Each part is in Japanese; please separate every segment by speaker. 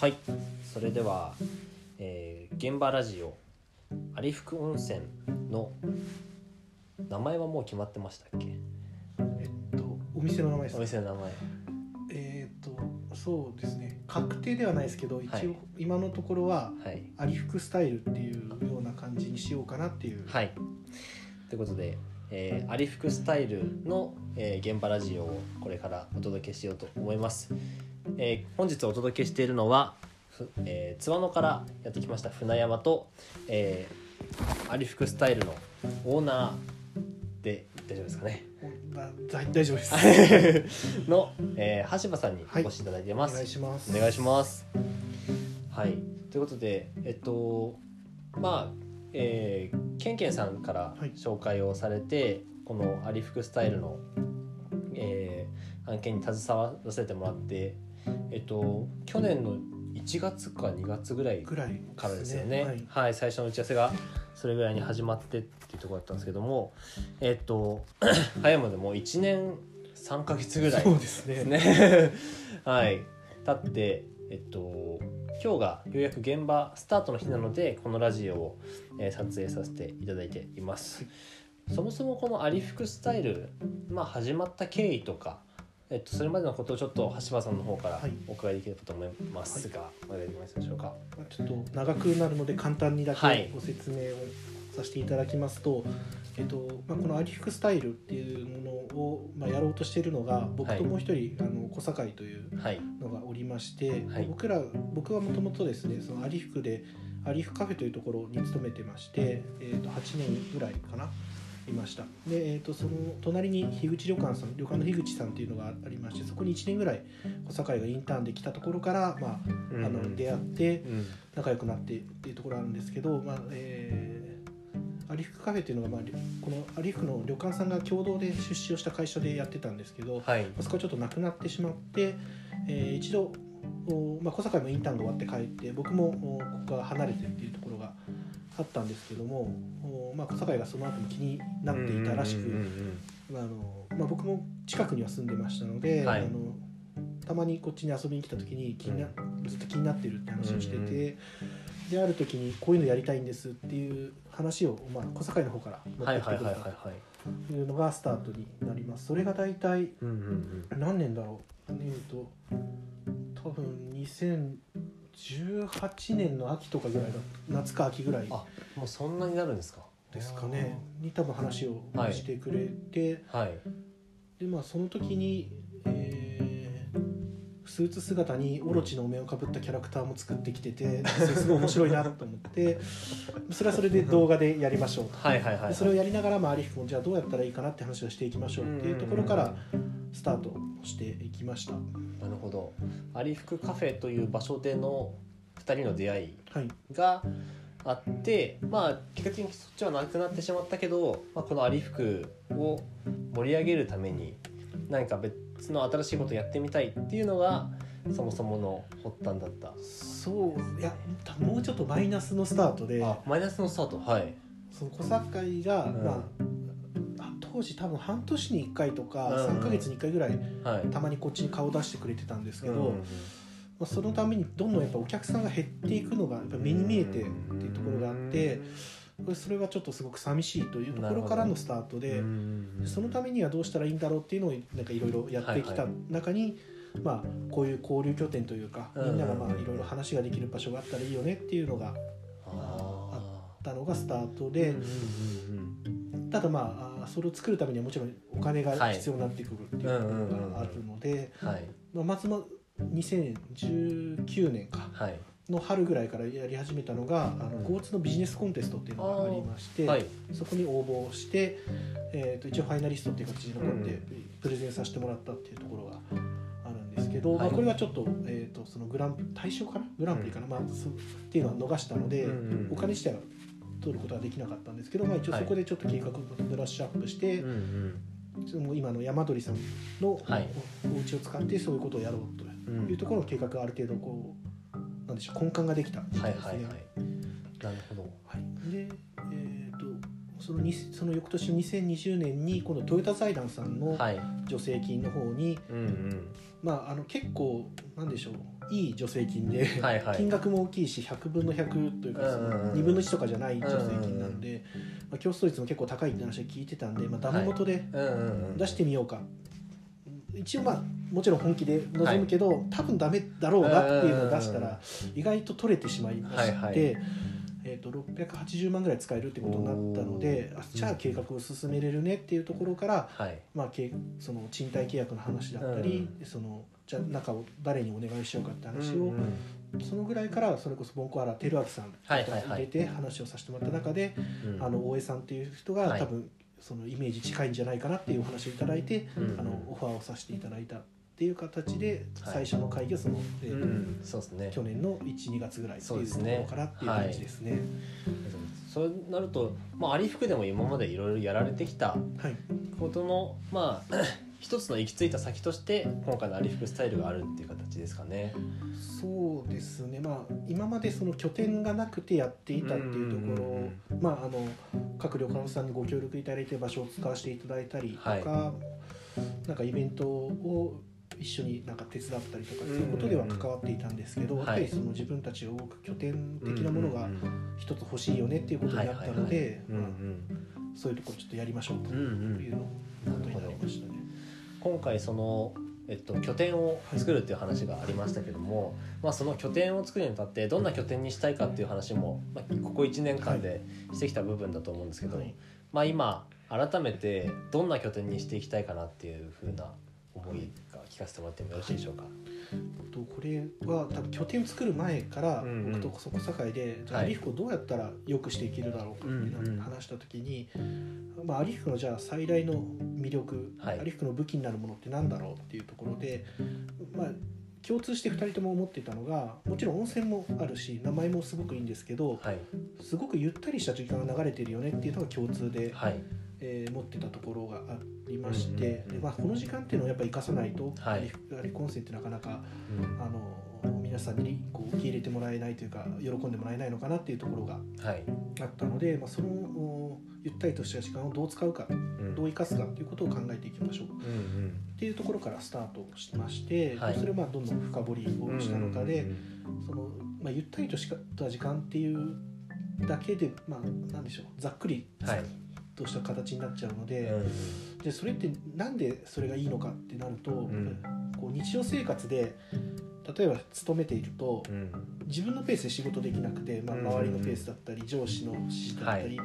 Speaker 1: はいそれでは、えー現場ラジオ有福温泉の名前はもう決まってましたっけ
Speaker 2: えっと、お店の名前です
Speaker 1: お
Speaker 2: か
Speaker 1: 店の名前
Speaker 2: えっとそうですね確定ではないですけど一応、
Speaker 1: はい
Speaker 2: 今のところは
Speaker 1: はい
Speaker 2: アリ服スタイルっていうような感じにしようかなっていう、
Speaker 1: はいということで、えー、アリフクスタイルの、えー現場ラジオをこれからお届けしようと思います、えー本日お届けしているのは、ふえー、津和野からやってきました船山と、えー、アリフクスタイルのオーナーで大丈夫ですかね
Speaker 2: だだ大丈夫です
Speaker 1: の、えー橋場さんにお越しいただいて
Speaker 2: お
Speaker 1: ます、
Speaker 2: 願いします
Speaker 1: お願いします。はい、ということで、えっと、まあ、えー、ケンケンさんから
Speaker 2: はい
Speaker 1: 紹介をされて、このアリフクスタイルの、えー案件に携わらせてもらって、えっと、去年の1月か2月ぐらい
Speaker 2: ぐらい
Speaker 1: からですよね。
Speaker 2: は
Speaker 1: はいい、最初の打ち合わせがそれぐらいに始まってっていうところだったんですけども、えっと 早いものでもう1年3ヶ月ぐらい
Speaker 2: そうですね
Speaker 1: ですね。 はい。経って、えっと、今日がようやく現場スタートの日なので、このラジオを、えー撮影させていただいています。そもそもこのアリフクスタイル、まあ、始まった経緯とか、えっと、それまでのことをちょっと橋場さんの方から
Speaker 2: はい
Speaker 1: お伺いできればと思いますが、お願いできますでしょうか。
Speaker 2: まあちょっと長くなるので簡単にだ
Speaker 1: はい
Speaker 2: けご説明をさせていただきますと、えっとまあ、このアリフクスタイルっていうものを、まあ、やろうとしているのが僕ともう一人、あの小堺という
Speaker 1: はい。
Speaker 2: のがおりまして、
Speaker 1: はい
Speaker 2: 僕ら僕はもともとですねそのアリフクでアリフカフェというところに勤めてまして、えー、と8年ぐらいかないましたで、えー、とその隣に樋口旅館さん旅館の樋口さんっていうのがありましてそこに1年ぐらい小堺がインターンで来たところから、まあ、
Speaker 1: あ
Speaker 2: あの出会って
Speaker 1: うん。
Speaker 2: 仲良くなってっていうところあるんですけど、まあえーアリフクカフェっていうのが、まあ、りこのアリフクの旅館さんが共同で出資をした会社でやってたんですけど、
Speaker 1: はい。
Speaker 2: そこはちょっとなくなってしまって、えー一度、おまあ、小坂もインターンが終わって帰って僕もおここから離れてっていうところがあったんですけども、おまあ、小坂がその後も気になっていたらし
Speaker 1: うんうん
Speaker 2: くまああのまあ僕も近くには住んでましたので、
Speaker 1: はい
Speaker 2: あのたまにこっちに遊びに来た時に気にな、ずっと気になってるって話をしてて。
Speaker 1: うんうん
Speaker 2: である時にこういうのやりたいんですっていう話を、まあ、小堺の方から
Speaker 1: うん
Speaker 2: 持っ
Speaker 1: はい
Speaker 2: てき
Speaker 1: はい
Speaker 2: て
Speaker 1: は
Speaker 2: く
Speaker 1: い
Speaker 2: れ
Speaker 1: はい
Speaker 2: た
Speaker 1: はい。
Speaker 2: というのがスタートになります。それが大体
Speaker 1: うんうんうん。
Speaker 2: 何年だろうえっと多分2018年の秋とかぐらいだ夏か秋ぐらい
Speaker 1: あ、もうそんなになるんですか。
Speaker 2: ですかね。に多分話を
Speaker 1: はい
Speaker 2: してくれて、
Speaker 1: はい。
Speaker 2: でまあその時に、えースーツ姿にオロチのお面をかぶったキャラクターも作ってきててそれすごい面白いなと思って それはそれで動画でやりましょうと。
Speaker 1: はいはいはいはい。
Speaker 2: でそれをやりながら、まあ、アリフもじゃあどうやったらいいかなって話をしていきましょうっていうところからスタートしていきました。
Speaker 1: なるほど有福カフェという場所での2人の出会い
Speaker 2: はい、
Speaker 1: があってまあ結果的にそっちはなくなってしまったけど、まあ、この有福を盛り上げるために何か別の新しいことをやってみたいっていうのがそもそもの発端だった
Speaker 2: そういや多分もうちょっとマイナスのスタートで
Speaker 1: あマイナスのスタートはい
Speaker 2: その小堺が、
Speaker 1: うん
Speaker 2: まああ当時多分半年に1回とか
Speaker 1: うん
Speaker 2: 3ヶ月に1回ぐらい
Speaker 1: はい
Speaker 2: たまにこっちに顔出してくれてたんですけど、
Speaker 1: うん
Speaker 2: まあ、そのためにどんどんやっぱお客さんが減っていくのがやっぱ目に見えてっていうところがあってこれそれはちょっとすごく寂しいというところからのスタートで
Speaker 1: うん
Speaker 2: そのためにはどうしたらいいんだろうっていうのをなんかいろいろやってきた中に、まあ、こういう交流拠点というかみんながまあいろいろ話ができる場所があったらいいよねっていうのが
Speaker 1: あ
Speaker 2: ったのがスタート
Speaker 1: ー
Speaker 2: で
Speaker 1: うん、うん
Speaker 2: ただまああーそれを作るためにはもちろんお金が必要になってくるっていう
Speaker 1: はいうんう
Speaker 2: の
Speaker 1: んうん
Speaker 2: があるので、
Speaker 1: うんはい
Speaker 2: まあ、まずま2019年か
Speaker 1: はい
Speaker 2: の春ぐらいからやり始めたのがあの
Speaker 1: うん
Speaker 2: GO2 のビジネスコンテストっていうのがありまして、
Speaker 1: はい
Speaker 2: そこに応募をして、えー、と一応ファイナリストっていう形で残っ
Speaker 1: う
Speaker 2: て
Speaker 1: ん
Speaker 2: プレゼンさせてもらったっていうところがあるんですけど、
Speaker 1: はい
Speaker 2: まあ、これはちょっと,、えー、とそのグランプ大賞かなグランプリかな、まあ、そうっていうのは逃したので。
Speaker 1: うんうん
Speaker 2: お金自体は取ることはできなかったんですけど、まあ、一応
Speaker 1: はい
Speaker 2: そこでちょっと計画をブラッシュアップして、
Speaker 1: うんうん
Speaker 2: その今の山鳥さんの
Speaker 1: はい
Speaker 2: おお家を使ってそういうことをやろうと
Speaker 1: うん
Speaker 2: いうところの計画がある程度こうなんでしょう根幹ができた時期
Speaker 1: はい
Speaker 2: ですね
Speaker 1: はいはい。なるほど。
Speaker 2: はいでえーとそのにその翌年2020年に今度トヨタ財団さんの
Speaker 1: はい
Speaker 2: 助成金の方に、
Speaker 1: うん
Speaker 2: まああの結構なんでしょういい助成金で、
Speaker 1: うんはいはい
Speaker 2: 金額も大きいし100分の100というか
Speaker 1: うんうんうん
Speaker 2: 2分の1とかじゃない助成金なんで、まあ、競争率も結構高いって話は聞いてたんで、まあ、ダメ元で
Speaker 1: うんうんうん
Speaker 2: 出してみようか、一応まあもちろん本気で臨むけど、多分ダメだろうなっていうのを出した
Speaker 1: うんうん
Speaker 2: ら意外と取れてしまいまして、
Speaker 1: はいはい
Speaker 2: えー、と680万ぐらい使えるってことになったのであじゃあ計画を進めれるねっていうところから、
Speaker 1: はい
Speaker 2: まあ、けその賃貸契約の話だったり、そのじゃあ中を誰にお願いしようかって話を、
Speaker 1: うんうん
Speaker 2: そのぐらいからそれこそボンコアラ照明さん
Speaker 1: はいはいはい
Speaker 2: 入れて話をさせてもらった中で、
Speaker 1: うん
Speaker 2: あの大江さんっていう人
Speaker 1: は
Speaker 2: が
Speaker 1: い
Speaker 2: 多分、そのイメージ近いんじゃないかなっていうお話をいただいて、
Speaker 1: うんうん
Speaker 2: あのオファーをさせていただいたっていう形で
Speaker 1: はい
Speaker 2: 最初の会議はその、え
Speaker 1: う
Speaker 2: ー
Speaker 1: んそうですね
Speaker 2: 去年の12月ぐらいって
Speaker 1: そうで
Speaker 2: いう
Speaker 1: す
Speaker 2: とこ
Speaker 1: ね
Speaker 2: ろからっていう感じですね。
Speaker 1: そうなるとまあアリ服でも今までいろいろやられてきた
Speaker 2: はい、
Speaker 1: ことのまあ一つの行き着いた先として今回のアリ服スタイルがあるっていう形ですかね。
Speaker 2: そうですね、まあ、今までその拠点がなくてやっていたっていうところ、
Speaker 1: うんうん
Speaker 2: まあ、あの各旅館さんにご協力いただいて場所を使わせていただいたりとか、なんかイベントを一緒になんか手伝ったりとかっていうことでは関わっていたんですけど、
Speaker 1: うんうんうん
Speaker 2: やっぱり
Speaker 1: はい
Speaker 2: その自分たちが動く拠点的なものが一つ欲しいよねっていうことになったので、
Speaker 1: うんうん
Speaker 2: まあそういうところちょっとやりましょう
Speaker 1: うんう
Speaker 2: と
Speaker 1: んうん
Speaker 2: いうのことになりましたね。
Speaker 1: 今回その、えっと、拠点を作るっていう話がありましたけども、まあ、その拠点を作るにあたってどんな拠点にしたいかっていう話も、まあ、ここ1年間でしてきた部分だと思うんですけど、
Speaker 2: はい
Speaker 1: まあ、今改めてどんな拠点にしていきたいかなっていうふうな思いが聞かせてもらってもよろしいでしょうか。
Speaker 2: とこれは多分拠点を作る前から
Speaker 1: うんうん
Speaker 2: 僕とそこ堺でじ
Speaker 1: は
Speaker 2: ゃあア
Speaker 1: い
Speaker 2: リフコをどうやったら良くしていけるだろうかっていう
Speaker 1: うんうん
Speaker 2: のを話した時に、まあ、アリフコのじゃあ最大の魅力、
Speaker 1: はい
Speaker 2: アリフコの武器になるものって何だろうっていうところで、まあ、共通して2人とも思っていたのがもちろん温泉もあるし名前もすごくいいんですけど
Speaker 1: はい、
Speaker 2: すごくゆったりした時間が流れてるよねっていうのが共通で、
Speaker 1: はい
Speaker 2: えー持ってたところがありまして、
Speaker 1: うんうんうん
Speaker 2: でまあ、この時間っていうのをやっぱ生かさないと、
Speaker 1: はい
Speaker 2: アリフアリフコ温泉ってなかなか。
Speaker 1: うん
Speaker 2: あの皆さんにこう受け入れてもらえないというか喜んでもらえないのかなっていうところが
Speaker 1: はい
Speaker 2: あったので、まあ、そのおゆったりとした時間をどう使うか
Speaker 1: うん
Speaker 2: どう生かすかということを考えていきましょう
Speaker 1: うん
Speaker 2: っていうところからスタートしまして、
Speaker 1: はい
Speaker 2: それをまあどんどん深掘り
Speaker 1: うん
Speaker 2: をした中で、
Speaker 1: うん
Speaker 2: そのまあ、ゆったりとした時間っていうだけで、まあ、なんでしょうざっくり
Speaker 1: はい
Speaker 2: とした形になっちゃうので,、
Speaker 1: うん
Speaker 2: でそれってなんでそれがいいのかってなると、
Speaker 1: ん
Speaker 2: こう日常生活で例えば勤めていると、
Speaker 1: うん
Speaker 2: 自分のペースで仕事できなくて、まあ、
Speaker 1: うんうんうん
Speaker 2: 周りのペースだったり上司の指示だったり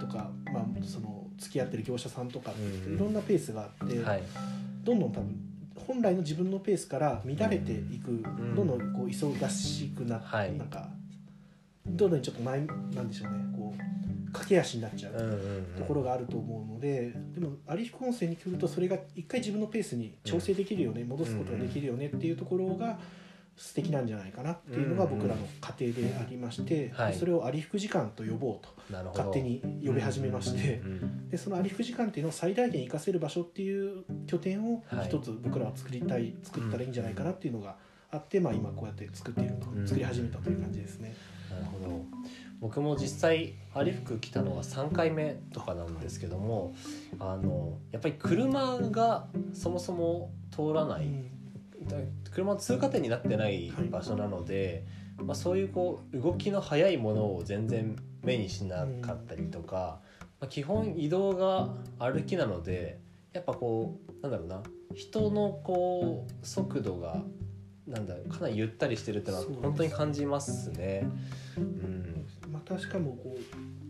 Speaker 2: とか、まあ、その付き合ってる業者さんとか
Speaker 1: うんうん
Speaker 2: いろんなペースがあって、
Speaker 1: はい
Speaker 2: どんどん多分本来の自分のペースから乱れていく、
Speaker 1: ん
Speaker 2: どんどんこう忙しくなって、
Speaker 1: はい
Speaker 2: なんかどんどんちょっと前なんでしょうねこう駆け足になっちゃ
Speaker 1: う
Speaker 2: うん
Speaker 1: うんうん
Speaker 2: ところがあると思うので、でも有彦温泉に来るとそれが一回自分のペースに調整できるよね、戻すことができるよねっていうところが素敵なんじゃないかなっていうのが
Speaker 1: うんうん
Speaker 2: 僕らの家庭でありまして、
Speaker 1: はい
Speaker 2: それを有福時間と呼ぼうと
Speaker 1: なるほど
Speaker 2: 勝手に呼び始めまして
Speaker 1: う、んうんうん
Speaker 2: でその有福時間っていうのを最大限活かせる場所っていう拠点を
Speaker 1: はい
Speaker 2: 一つ僕らは作りたい作ったらいいんじゃないかなっていうのがあって、まあ、今こうやって作っていると、
Speaker 1: うん
Speaker 2: 作り始めたという感じですね。
Speaker 1: なるほど僕も実際アリ服来たのは3回目とかなんですけどもあのやっぱり車がそもそも通らないだ車の通過点になってない場所なので、まあ、そういうこう動きの速いものを全然目にしなかったりとか、まあ、基本移動が歩きなのでやっぱこうなんだろうな人のこう速度がなんだかなりゆったりしてるってのは
Speaker 2: そうです
Speaker 1: 本当に感じますね。うん
Speaker 2: またしかもこ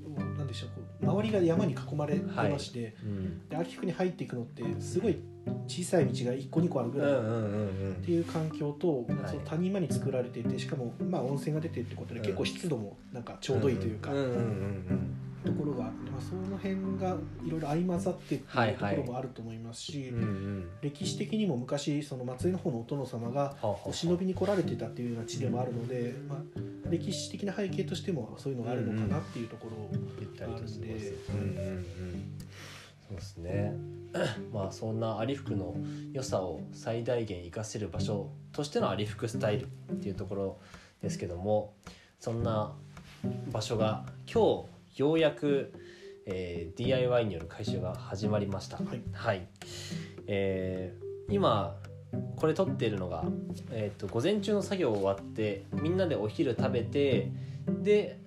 Speaker 2: うなんでしょうこう周りが山に囲まれてまして、
Speaker 1: うん
Speaker 2: で秋服に入っていくのってすごい小さい道が1個2個あるぐ
Speaker 1: うん
Speaker 2: らいっ
Speaker 1: うんうん
Speaker 2: ていう環境と、
Speaker 1: はい
Speaker 2: その谷間に作られていてしかもまあ温泉が出てるってことで
Speaker 1: うん
Speaker 2: 結構湿度もなんかちょうどいいというか、
Speaker 1: うんうんうん
Speaker 2: ところがあって、まあ、その辺がいろいろ相混ざってって
Speaker 1: はいいう
Speaker 2: と
Speaker 1: は
Speaker 2: こ
Speaker 1: い
Speaker 2: ろもあると思いますし、
Speaker 1: うんうんうん
Speaker 2: 歴史的にも昔その松江の方のお殿様が
Speaker 1: はあはあ
Speaker 2: お忍びに来られてたっていうような地でもあるので、まあ、歴史的な背景としてもそういうのがあるのかなっていうところを、
Speaker 1: ゆったりと過ごす
Speaker 2: あるんで
Speaker 1: うんうんうん、そうですね まあそんなアリ服の良さを最大限活かせる場所としてのアリ服スタイルっていうところですけどもそんな場所が今日ようやく、えー DIY による回収が始まりました。
Speaker 2: はい
Speaker 1: えー今これ撮っているのが、えー、と午前中の作業終わってみんなでお昼食べてで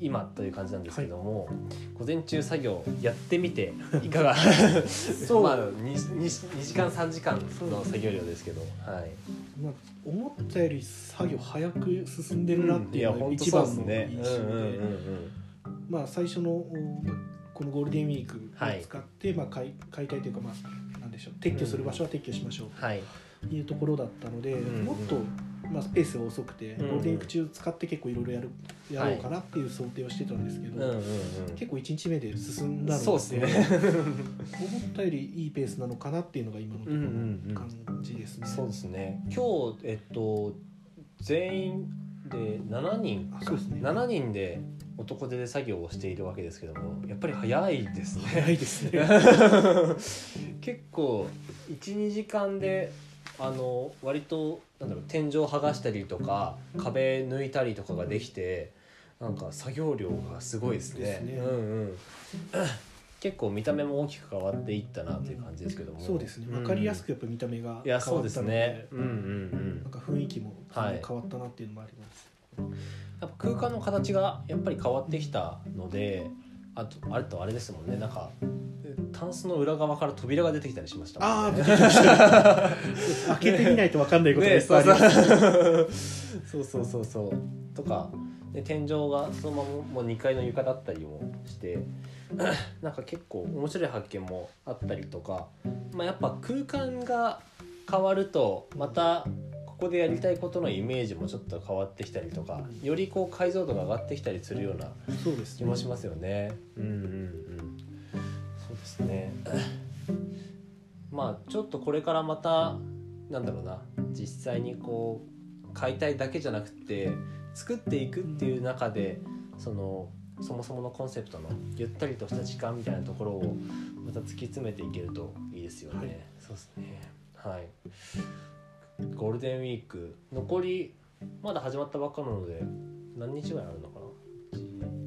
Speaker 1: 今という感じなんですけども、午前中作業やってみ ていかが
Speaker 2: う
Speaker 1: まあ 2, 時間3時間の作業量ですけど、はい、
Speaker 2: まあ、思ったより作業早く進んでるなっていうのが
Speaker 1: 本当
Speaker 2: 一
Speaker 1: そう
Speaker 2: 番
Speaker 1: です
Speaker 2: の
Speaker 1: ね
Speaker 2: 印象
Speaker 1: うんうんうん
Speaker 2: で
Speaker 1: うん
Speaker 2: まあ最初のおこのゴールデンウィーク
Speaker 1: はい
Speaker 2: を使って、まあ、解解体というか、まあ、なんでしょう撤去する場所は撤去しましょう
Speaker 1: はい、
Speaker 2: というところだったので、
Speaker 1: うんうん
Speaker 2: もっと、まあ、ペースが遅くて、
Speaker 1: うん
Speaker 2: ゴールデンウィーク中使って結構いろいろやるやろうかなっていう想定をしてたんですけ
Speaker 1: う
Speaker 2: ど、
Speaker 1: んうんうん、
Speaker 2: 結構1日目で進んだので
Speaker 1: そうですね
Speaker 2: 思ったよりいいペースなのかなっていうのが今のとこ
Speaker 1: うんうんうん
Speaker 2: ろ感じですね。
Speaker 1: そうですね。今日えっと全員で7人
Speaker 2: あそうですね
Speaker 1: 7人で男手で作業をしているわけですけども、やっぱり早いです
Speaker 2: 早
Speaker 1: ね。
Speaker 2: いですね
Speaker 1: 結構12時間で。あの割となんだろう天井剥がしたりとか壁抜いたりとかができてなんか作業量がすごいですね
Speaker 2: ですね
Speaker 1: うんうん、 結構見た目も大きく変わっていったなという感じですけども
Speaker 2: そうですね
Speaker 1: ん
Speaker 2: 分かりやすくやっぱ見た目
Speaker 1: い
Speaker 2: が変わ
Speaker 1: や
Speaker 2: った
Speaker 1: そ
Speaker 2: の
Speaker 1: う
Speaker 2: で
Speaker 1: ですねうんうんうん
Speaker 2: なんか雰囲気も
Speaker 1: はい
Speaker 2: 変わったなっていうのもあります、
Speaker 1: やっぱ空間の形がやっぱり変わってきたのであとあれとあれですもんねなんかえタンスの裏側から扉が出てきたりしましたもん
Speaker 2: ああ
Speaker 1: ね
Speaker 2: 出てきました開けてみないと分かんないことがい
Speaker 1: ね
Speaker 2: っぱいあります、
Speaker 1: そうそうそうそうそうとかで天井がそのままもう2階の床だったりもして なんか結構面白い発見もあったりとか、まあ、やっぱ空間が変わるとまたここでやりたいことのイメージもちょっと変わってきたりとかよりこう解像度が上がってきたりするような
Speaker 2: そうです
Speaker 1: 気
Speaker 2: ね
Speaker 1: もしますよね。うんうんうん。そうですね。まあちょっとこれからまたなんだろうな実際にこう解体だけじゃなくて作っていくっていう中でそのそもそものコンセプトのゆったりとした時間みたいなところをまた突き詰めていけるといいですよね。
Speaker 2: はい
Speaker 1: そうですね。はい。ゴールデンウィーク残りまだ始まったばっかなので何日ぐらいあるのかな
Speaker 2: 5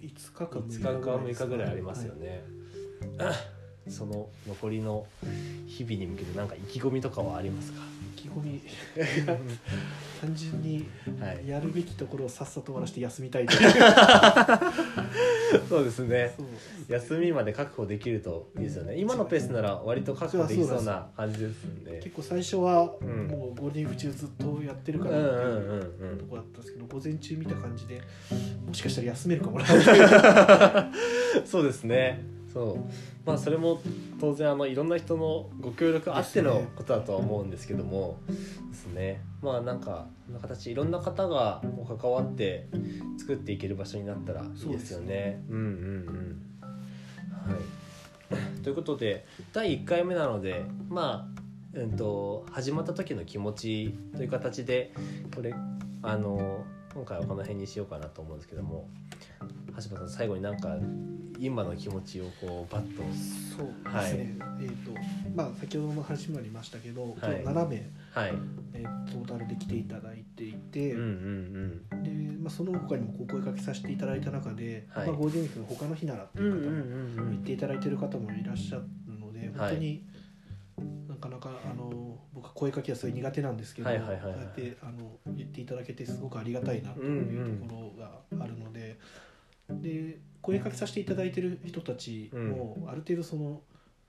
Speaker 2: 日か
Speaker 1: 5日か6日ぐらいありますよ
Speaker 2: ね、
Speaker 1: ね、その残りの日々に向けてなんか意気込みとかはありますか
Speaker 2: はい意気込み単純に
Speaker 1: はい
Speaker 2: やるべきところをさっさと終わらせて休みた いという
Speaker 1: そうですね
Speaker 2: そう
Speaker 1: 休みまで確保できるといいですよね今のペースなら割と確保できそうな感じですよね
Speaker 2: 結構最初は
Speaker 1: うん
Speaker 2: もうゴールデンウィーク中ずっとやってる
Speaker 1: う
Speaker 2: か
Speaker 1: んう
Speaker 2: ら
Speaker 1: ん
Speaker 2: っていう
Speaker 1: うんう
Speaker 2: と
Speaker 1: ん
Speaker 2: こだったんですけど午前中見た感じでもしかしたら休めるかもなっていう
Speaker 1: そうですねそうまあそれも当然あのいろんな人のご協力あって
Speaker 2: です
Speaker 1: の
Speaker 2: ね
Speaker 1: ことだとは思うんですけどもですねまあなんかこんな形いろんな方が関わって作っていける場所になったらいいですよね。うんうんうんはい、ということで第1回目なのでまあうん、と始まった時の気持ちという形でこれあの今回はこの辺にしようかなと思うんですけども橋場さん最後になんか今の気持ちをこうバッと
Speaker 2: そうですね、えっ、とまあ先ほどの話にもありましたけど、
Speaker 1: はい
Speaker 2: 今日7名、
Speaker 1: はい、
Speaker 2: えートータルで来ていただいていて、
Speaker 1: うんうん
Speaker 2: でまあ、その他にもこう声かけさせていただいた中で、
Speaker 1: はい
Speaker 2: まあ、ゴールデンウィークの他の日ならって
Speaker 1: うん、
Speaker 2: いううん
Speaker 1: う
Speaker 2: 方も、
Speaker 1: んう
Speaker 2: 言っ
Speaker 1: ん
Speaker 2: ていただいてる方もいらっしゃるので
Speaker 1: はい
Speaker 2: 本当に、なかなかあの僕は声かけはすごい苦手なんですけど、
Speaker 1: はいはいはいはい
Speaker 2: そうやってあの言っていただけてすごくありがたいなというところがあるので、で声かけさせていただいてる人たちも、ある程度その。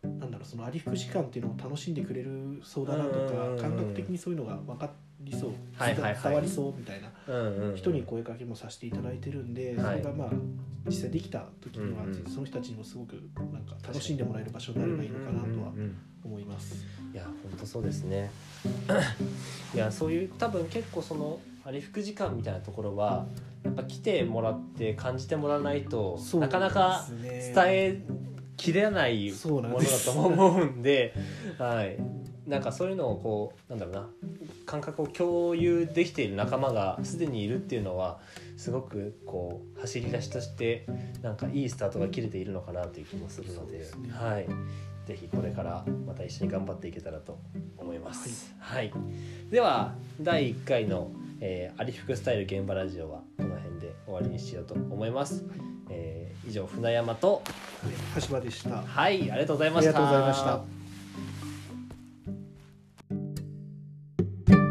Speaker 2: なんだろうそのアリフク時間っていうのを楽しんでくれるそうだなとか、
Speaker 1: うんうんうんうん
Speaker 2: 感覚的にそういうのが分かりそう、
Speaker 1: はいはいはい
Speaker 2: 伝わりそうみたいな
Speaker 1: うんうんうん
Speaker 2: 人に声かけもさせていただいてるんで、
Speaker 1: はい
Speaker 2: それがまあ実際できた時には、
Speaker 1: うんうん
Speaker 2: その人たちにもすごくなんか楽しんでもらえる場所になればいいのかなとは
Speaker 1: うんうんうん
Speaker 2: 思います。
Speaker 1: いや本当そうですね いやそういう多分結構そのあれ服時間みたいなところはやっぱ来てもらって感じてもらわないと、
Speaker 2: そう
Speaker 1: なかなか
Speaker 2: です
Speaker 1: 伝
Speaker 2: ね
Speaker 1: えきれない
Speaker 2: そうなん
Speaker 1: もの
Speaker 2: で
Speaker 1: だ
Speaker 2: す
Speaker 1: と思うんで、はい、なんかそういうのをこうなんだろうな感覚を共有できている仲間がすでにいるっていうのはすごくこう走り出しとしてなんかいいスタートが切れているのかなという気もするの
Speaker 2: そう
Speaker 1: で
Speaker 2: ですね
Speaker 1: はい、ぜひこれからまた一緒に頑張っていけたらと思います。はい、では第1回の、えー、アリフクスタイル現場ラジオはこの辺で終わりにしようと思います、えー以上船山と
Speaker 2: 橋場でした。
Speaker 1: はいありがとうござい
Speaker 2: あ
Speaker 1: まし
Speaker 2: り
Speaker 1: た
Speaker 2: がとうございました。